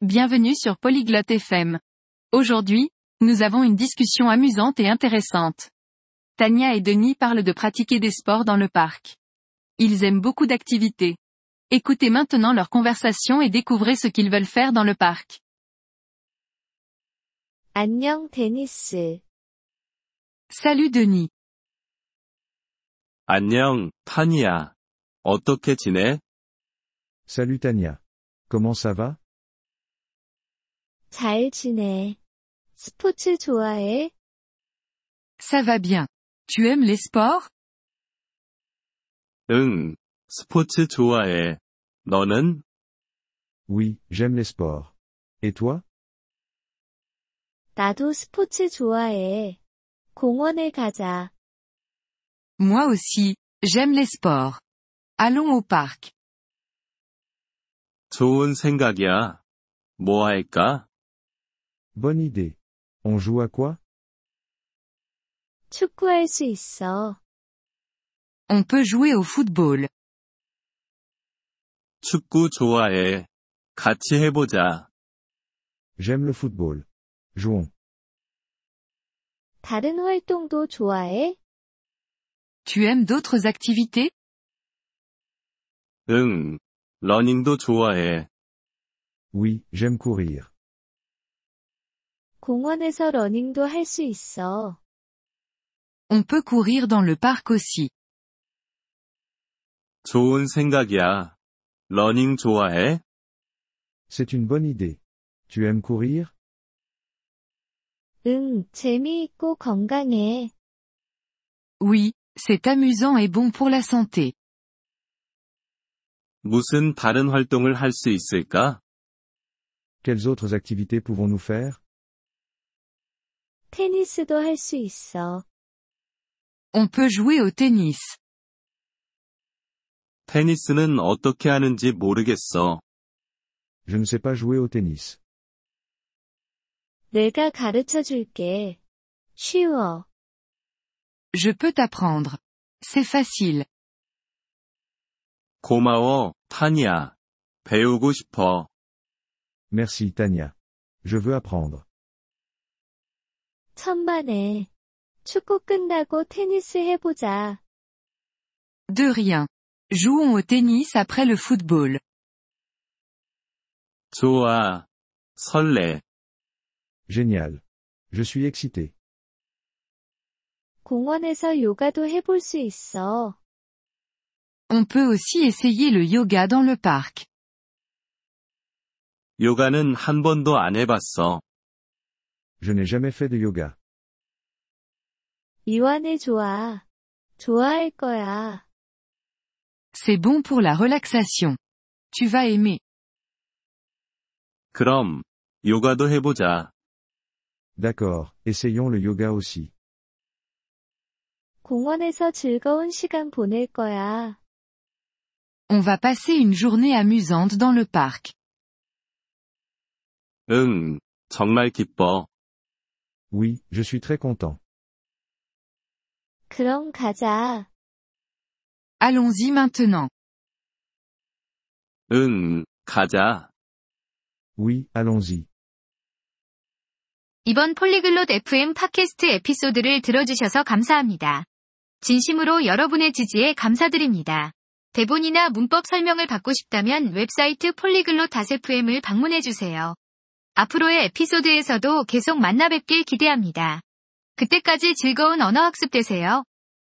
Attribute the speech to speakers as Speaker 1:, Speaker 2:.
Speaker 1: Bienvenue sur Polyglotte FM. Aujourd'hui, nous avons une discussion amusante et intéressante. Tania et Denis parlent de pratiquer des sports dans le parc. Ils aiment beaucoup d'activités. Écoutez maintenant leur conversation et découvrez ce qu'ils veulent faire dans le parc.
Speaker 2: 안녕, 데니스.
Speaker 1: Salut Denis.
Speaker 3: 안녕, 타니야. 어떻게 지내?
Speaker 4: Salut Tania. Comment ça va
Speaker 2: 잘 지내. 스포츠 좋아해?
Speaker 1: Ça va bien. Tu aimes les sports
Speaker 3: 응, 스포츠 좋아해. 너는?
Speaker 4: Oui, j'aime les sports. Et toi
Speaker 2: 나도 스포츠 좋아해. 공원에 가자.
Speaker 1: Moi aussi, j'aime les sports. Allons au parc.
Speaker 3: 좋은 생각이야. 뭐 할까?
Speaker 4: Bonne idée. On joue à quoi
Speaker 2: 축구할 수 있어.
Speaker 1: On peut jouer au football.
Speaker 3: 축구 좋아해. 같이 해보자.
Speaker 4: J'aime le football. Jouons.
Speaker 2: 다른 활동도 좋아해?
Speaker 1: Tu aimes d'autres activités
Speaker 3: 응, 러닝도 좋아해.
Speaker 4: Oui, j'aime courir.
Speaker 2: 공원에서 러닝도 할 수 있어.
Speaker 1: On peut courir dans le parc aussi.
Speaker 3: 좋은 생각이야. 러닝 좋아해?
Speaker 4: C'est une bonne idée. Tu aimes courir
Speaker 2: 응, 재미있고 건강해.
Speaker 1: Oui, c'est amusant et bon pour la santé.
Speaker 3: 무슨 다른 활동을 할 수 있을까?
Speaker 4: Quelles autres activités pouvons-nous faire
Speaker 2: 테니스도 할 수 있어.
Speaker 1: On peut jouer au tennis.
Speaker 3: 테니스는 어떻게 하는지 모르겠어.
Speaker 4: Je ne sais pas jouer au tennis.
Speaker 2: 내가 가르쳐 줄게. 쉬워.
Speaker 1: Je peux t'apprendre. C'est facile.
Speaker 3: 고마워, 타니야. 배우고 싶어.
Speaker 4: Merci Tania. Je veux apprendre.
Speaker 2: 천만에. 축구 끝나고 테니스 해보자.
Speaker 1: De rien. Jouons au tennis après le football.
Speaker 3: 좋아. 설레.
Speaker 4: Génial. Je suis excité.
Speaker 2: 공원에서 요가도 해볼 수 있어.
Speaker 1: On peut aussi essayer le yoga dans le parc.
Speaker 3: 요가는 한 번도 안 해봤어.
Speaker 4: Je n'ai jamais fait de yoga.
Speaker 2: 이완해 좋아. 좋아할 거야.
Speaker 1: C'est bon pour la relaxation. Tu vas aimer.
Speaker 3: 그럼, 요가도 해보자.
Speaker 4: D'accord, essayons le yoga aussi.
Speaker 2: 공원에서 즐거운 시간 보낼 거야.
Speaker 1: On va passer une journée amusante dans le parc.
Speaker 3: 응, 정말 기뻐.
Speaker 4: Oui, je suis très content.
Speaker 2: 그럼 가자.
Speaker 1: Allons-y maintenant.
Speaker 3: 응, 가자.
Speaker 4: Oui, allons-y.
Speaker 5: 이번 폴리글롯 FM 팟캐스트 에피소드를 들어주셔서 감사합니다. 진심으로 여러분의 지지에 감사드립니다. 대본이나 문법 설명을 받고 싶다면 웹사이트 폴리글롯 FM을 방문해주세요. 앞으로의 에피소드에서도 계속 만나뵙길 기대합니다. 그때까지 즐거운 언어학습 되세요.